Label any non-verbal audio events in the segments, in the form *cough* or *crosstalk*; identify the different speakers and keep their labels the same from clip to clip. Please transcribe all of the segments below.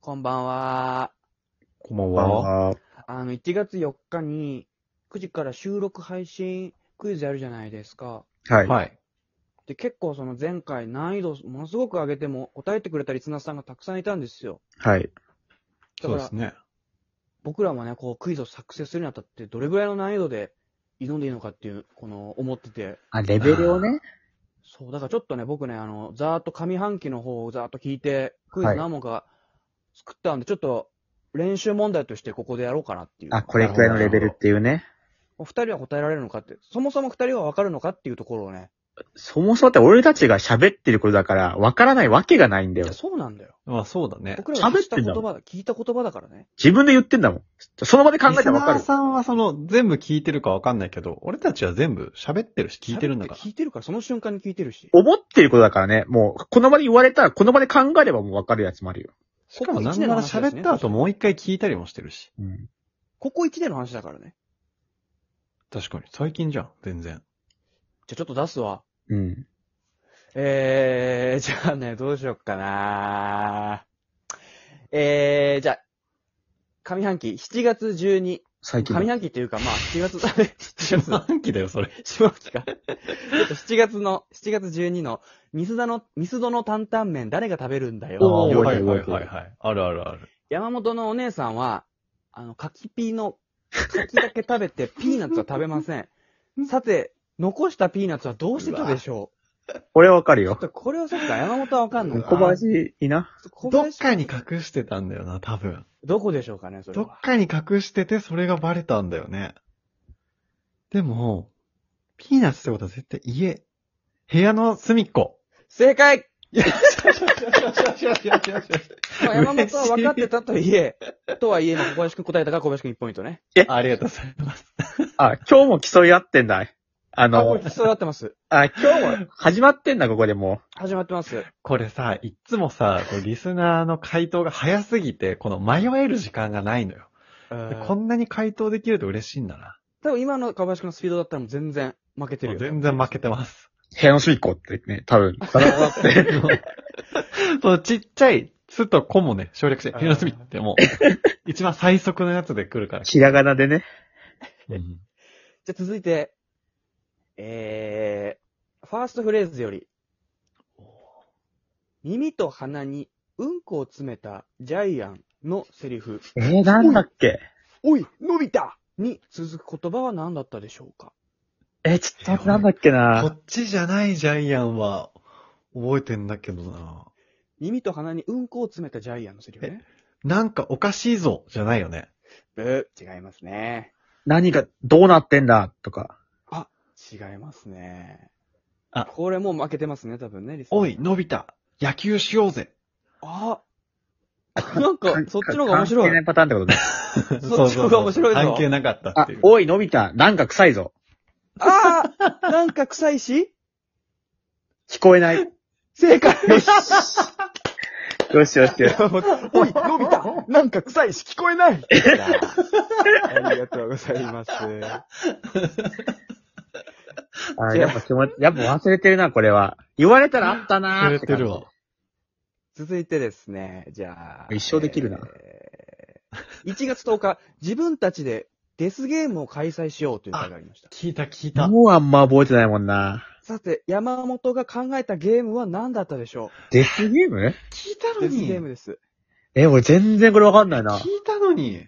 Speaker 1: こんばんは。
Speaker 2: こんばん
Speaker 3: は。
Speaker 1: あの、1月4日に、9時から収録配信クイズやるじゃないですか。
Speaker 3: はい。
Speaker 2: はい。
Speaker 1: で、結構その前回難易度ものすごく上げても答えてくれたリスナーさんがたくさんいたんですよ。
Speaker 3: はい。
Speaker 1: だ
Speaker 2: そ
Speaker 1: か
Speaker 2: う
Speaker 1: ら
Speaker 2: ですね。
Speaker 1: 僕らもね、こうクイズを作成するにあたって、どれぐらいの難易度で挑んでいいのかっていう、この、思ってて。
Speaker 3: あ、レベルをね。
Speaker 1: そう、だからちょっとね、僕ね、あの、ざーっと上半期の方をざーっと聞いて、クイズ何問か作ったんで、ちょっと練習問題としてここでやろうかなっていう。
Speaker 3: あ、これくらいのレベルっていうね。
Speaker 1: お二人は答えられるのかって、そもそも二人は分かるのかっていうところをね。
Speaker 3: そもそもだって俺たちが喋ってることだから、わからないわけがないんだ
Speaker 1: い
Speaker 3: よ
Speaker 1: や、。そうなんだよ。
Speaker 2: まあそうだね。
Speaker 1: 僕らが聞いた
Speaker 3: 喋って
Speaker 1: 言
Speaker 3: んだも
Speaker 1: 葉だ、聞いた言葉だからね。
Speaker 3: 自分で言ってんだもん。その場で考えたらわか
Speaker 2: リ
Speaker 3: る
Speaker 2: スナー。さんはその、全部聞いてるかわかんないけど、俺たちは全部喋ってるし聞いてるんだか
Speaker 1: 喋って聞いてるから、その瞬間に聞いてるし。
Speaker 3: 思ってることだからね。もう、この場で言われたら、この場で考えればもうわかるやつもあるよ。
Speaker 2: ら。しかもなんなら喋った後もう一回聞いたりもしてるし。
Speaker 3: うん。
Speaker 1: ここ一年の話だからね。
Speaker 2: 確かに。最近じゃん。全然。
Speaker 1: じゃあちょっと出すわ。
Speaker 3: うん。
Speaker 1: えー、じ *laughs* ゃあね、どうしよっかなえー、じゃあ、上半期、7月12、
Speaker 3: 最近
Speaker 1: 上。半期っていうか、まあ、7月、7月、
Speaker 3: *laughs*
Speaker 2: *laughs* 何期だよ、それ。
Speaker 1: 下期か。えっと、7月の、7月12の、ミスドの、ミスドの担々麺誰が食べるんだよ。
Speaker 3: おー覚
Speaker 2: は
Speaker 3: えて
Speaker 2: い
Speaker 3: る
Speaker 2: はい
Speaker 3: 覚えてる
Speaker 2: はいはい。あるあるある。
Speaker 1: 山本のお姉さんは、あの、柿ピーの、柿だけ食べて、ピーナッツは食べません。さて、残したピーナッツはどうしてたでしょ
Speaker 3: 俺はわかる
Speaker 1: うちょっ
Speaker 3: よ。
Speaker 1: とこれはそっか、山本はわかんない
Speaker 3: 小林いいな。
Speaker 2: どっかに隠してたんだよな、多分。
Speaker 1: どこでしょうかね、それ
Speaker 2: どっ
Speaker 1: は。
Speaker 2: かに隠してて、それがバレたんだよね。でも、ピーナッツってことは絶対家、部屋の隅
Speaker 3: *laughs*
Speaker 2: っこ。
Speaker 1: 正解
Speaker 2: よしよしよしよし
Speaker 1: まあ山本は分かってたとはいえ、とはいえ、今小林くん答えたから小林くん1ポイントね。
Speaker 2: ありがとうございます。
Speaker 3: あ、今日も競い合ってんだ。あ
Speaker 1: あ、こ
Speaker 3: の
Speaker 1: れ、競い合ってます。
Speaker 3: あ、今日も始まってんだ、ここでも
Speaker 1: 始まってます。
Speaker 2: これさ、いっつもさ、こうリスナーの回答が早すぎて、この迷える時間がないのよ。でこ
Speaker 1: 多
Speaker 2: んなに回答できると嬉しいんだな。
Speaker 1: 分今の小林くんのスピードだったらもう全然負けてるよ。
Speaker 2: 全然負けてます。 *laughs*
Speaker 3: う。部屋の隅っこってね、多分。
Speaker 2: そのちっちゃい、つとこもね、省略して、
Speaker 1: あー
Speaker 2: ヘラスミってもう、一番最速のやつで来るから。
Speaker 3: ひらがなでね。
Speaker 2: うん
Speaker 1: じゃあ続いて、えー、ファーストフレーズより、耳と鼻にうんこを詰めたジャイアンのセリフ、
Speaker 3: えー、なんだっけ
Speaker 1: おい、伸びたに続く言葉は何だったでしょうか
Speaker 3: えー、ちょっと待って、なんだっけな
Speaker 2: こっちじゃないジャイアンは、覚えてんだけどな。
Speaker 1: 耳と鼻にうんこを詰めたジャイアンのセリフね。
Speaker 2: なんかおかしいぞ、じゃないよね。
Speaker 1: ブー、違いますね。
Speaker 3: 何がどうなってんだとか。
Speaker 1: 違いますね。
Speaker 2: あ
Speaker 1: これもう負けてますね、多分ね、リスナー
Speaker 2: おい、伸びた、野球しよう *laughs* ぜ。
Speaker 1: あなんか、そっちの方が面白。
Speaker 3: 関係ないいパターンってことね。
Speaker 1: そっちの方が面白いぞ
Speaker 2: そうそうそう関係なかったっ
Speaker 3: あ
Speaker 2: ていう、。
Speaker 3: おい、伸びた。なんか臭いぞ。
Speaker 1: ああなんか臭いし
Speaker 3: 聞こえない。よ
Speaker 1: 正解
Speaker 3: しよしよし。
Speaker 1: おい、伸びた
Speaker 3: *laughs*
Speaker 1: なんか臭いし聞こえないありがとうございます。
Speaker 3: あやっぱ気持ち、やっぱ忘れてるな、これは。言われたらあったな
Speaker 2: 触
Speaker 3: ー
Speaker 2: れ
Speaker 3: ってて感じ
Speaker 2: るわ。。
Speaker 1: 続いてですね、じゃあ。
Speaker 3: 一生できるな
Speaker 1: えー。1月10日、自分たちでデスゲームを開催しようという会がありました。
Speaker 2: 聞いた聞いた。
Speaker 3: もうあんま覚えてないもんな。
Speaker 1: さて、山本が考えたゲームは何だったでしょ
Speaker 3: デスゲーム
Speaker 2: 聞いた
Speaker 1: う
Speaker 2: の
Speaker 1: デスゲーム
Speaker 2: に。
Speaker 1: です。
Speaker 3: え、俺全然これわかんないな
Speaker 2: 聞。いたのに。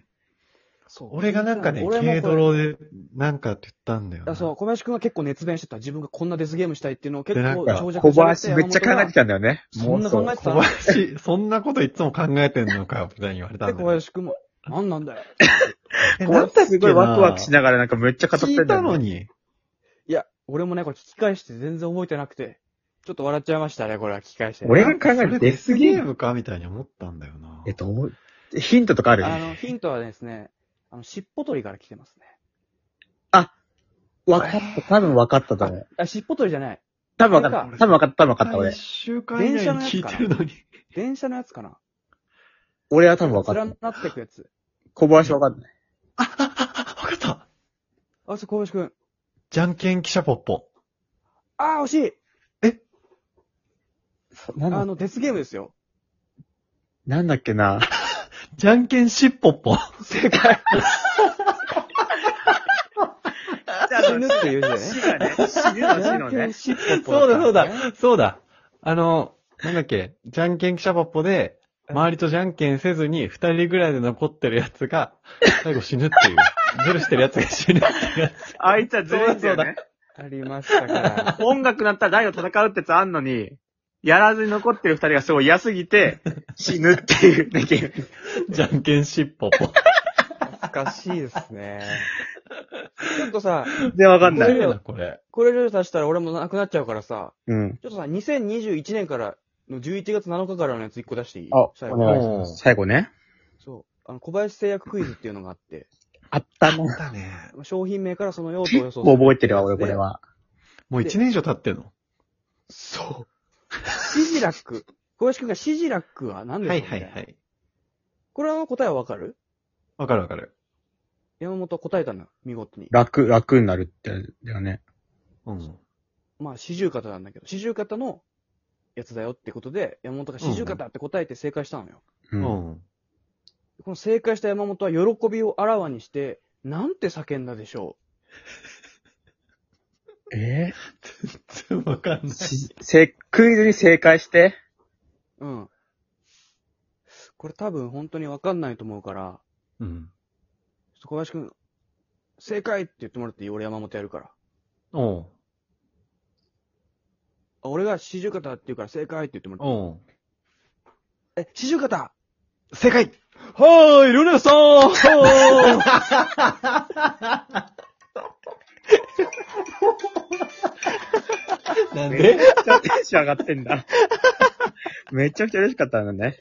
Speaker 1: そう
Speaker 2: 俺がなんかね、
Speaker 1: 俺もこれ
Speaker 2: 軽泥で、なんかって言ったんだよな。
Speaker 1: あそう、小林くんが結構熱弁してた。自分がこんなデスゲームしたいっていうのを結
Speaker 2: でな
Speaker 1: 構
Speaker 2: ん
Speaker 3: いや
Speaker 1: 長尺
Speaker 3: 小林めっちゃ考え
Speaker 1: た。
Speaker 3: てたんだよね。
Speaker 1: そんな考えて
Speaker 2: 小
Speaker 1: た
Speaker 2: 林、そんなこといつも考えてんのかよ、みたいに言われた
Speaker 1: で、
Speaker 2: んだ
Speaker 1: 小
Speaker 2: よ。
Speaker 1: 林くんも、何なん
Speaker 3: *laughs*
Speaker 1: だよ。
Speaker 2: え
Speaker 3: 小林すごいワクワクし
Speaker 2: な
Speaker 3: ながらなんかめっちゃ語
Speaker 2: か
Speaker 3: って
Speaker 2: 聞
Speaker 3: ん
Speaker 2: い
Speaker 3: だ
Speaker 2: た
Speaker 3: よ、
Speaker 2: の
Speaker 3: ね。
Speaker 2: に。
Speaker 1: いや、俺もね、これ聞き返して全然覚えてなくて、ちょっと笑っちゃいましたね、これは聞き返して、
Speaker 3: 俺
Speaker 2: な
Speaker 3: が
Speaker 2: んか
Speaker 3: 考え
Speaker 2: それ
Speaker 3: る
Speaker 2: デ
Speaker 3: デ
Speaker 2: ス
Speaker 3: スゲ
Speaker 2: ゲー
Speaker 3: ーム。
Speaker 2: ムかみたいに思ったんだよな。
Speaker 3: えっと、思うヒントとかある
Speaker 1: あの、ヒントはですね、あの、尻尾取りから来てますね。
Speaker 3: わかった。多分わかったと思う。
Speaker 1: あ、尻尾取りじゃない。
Speaker 3: 多分わかった。多分わかった。多分わかった。
Speaker 2: 一
Speaker 3: 俺。
Speaker 2: 週間以内に聞いてるのに。
Speaker 1: 電車のやつかな。
Speaker 3: 俺は多分わかった
Speaker 1: 連。なってくやつ。
Speaker 3: 小林わかんない。
Speaker 2: あ、あ、あ、あわかった
Speaker 1: あ、そう、小林くん。
Speaker 2: じゃんけん記者ポッポ。
Speaker 1: あー、惜しい
Speaker 3: なんだ
Speaker 1: あの、デスゲームですよ。
Speaker 3: なんだっけな。
Speaker 2: じゃんけんしっぽっぽ。
Speaker 1: 正解。死ぬって言うんだよね。
Speaker 3: 死がね、死ぬの死の
Speaker 1: *laughs*
Speaker 3: ね。
Speaker 1: しっぽ
Speaker 2: そうだそうだ、そうだ。あの、なんだっけ、じゃんけんしゃばっぽで、周りとじゃんけんせずに二人ぐらいで残ってるやつが、最後死ぬっていう。ズルしてるやつが死ぬっていうやつ。
Speaker 3: あいつはずるいんだよ
Speaker 2: そう
Speaker 3: ね。
Speaker 1: ありましたから。
Speaker 3: 音楽なったら大を戦うってやつあんのに、やらずに残ってる二人がすごい嫌すぎて、死ぬっていうね、ゲーム。
Speaker 2: じゃんけんしっぽっぽ。
Speaker 1: 懐かしいですね。ちょっとさ、
Speaker 3: 全然わかんな
Speaker 1: どういう
Speaker 3: い。
Speaker 1: の
Speaker 2: だこれ。
Speaker 1: これ以上足したら俺もなくなっちゃうからさ、
Speaker 3: うん。
Speaker 1: ちょっとさ、2021年からの11月7日からのやつ1個出していい
Speaker 3: あ、
Speaker 1: 最
Speaker 3: お
Speaker 1: 後。
Speaker 3: 願いします。最後ね。
Speaker 1: そう。あの、小林製薬クイズっていうのがあって、
Speaker 3: あったね。
Speaker 2: だね。
Speaker 1: 商品名からその用途を予
Speaker 3: 結
Speaker 1: 想
Speaker 3: 構覚えてるわ、俺、これ。は。
Speaker 2: もう一年以上経ってんの
Speaker 1: そう。シジラック。小林くんがシジラックは何でしょ
Speaker 2: は
Speaker 1: う
Speaker 2: いはいは。。
Speaker 1: みたないこれの答えはわかる
Speaker 2: わかるわかる。
Speaker 1: 山本は答えたのよ、見事に。
Speaker 3: 楽、楽になるって、だよね。
Speaker 2: うん。
Speaker 1: まあ、四十肩なんだけど、四十肩のやつだよってことで、山本が四十肩って答えて正解したのよ。
Speaker 3: う。
Speaker 2: うんん。
Speaker 1: この正解した山本は喜びをあらわにして、なんて叫んだでしょ
Speaker 3: え
Speaker 2: 全然 *laughs* わかん
Speaker 3: ー
Speaker 2: ない。
Speaker 3: しせ、クイズに正解して。
Speaker 1: ううん。これ多分本当にわかんないと思うから、
Speaker 2: うん。
Speaker 1: ちょっと小林くん、正解って言ってもらっていい俺山本やるから。
Speaker 2: おう。
Speaker 1: あ俺が四十肩って言うから正解って言ってもらっていい
Speaker 2: おう。
Speaker 1: え、四十肩
Speaker 2: 正解はーい、ルネさんはーいなん
Speaker 3: め
Speaker 2: で
Speaker 3: っちゃテンション上がってんだ。めちゃくちゃ嬉しかったんだね。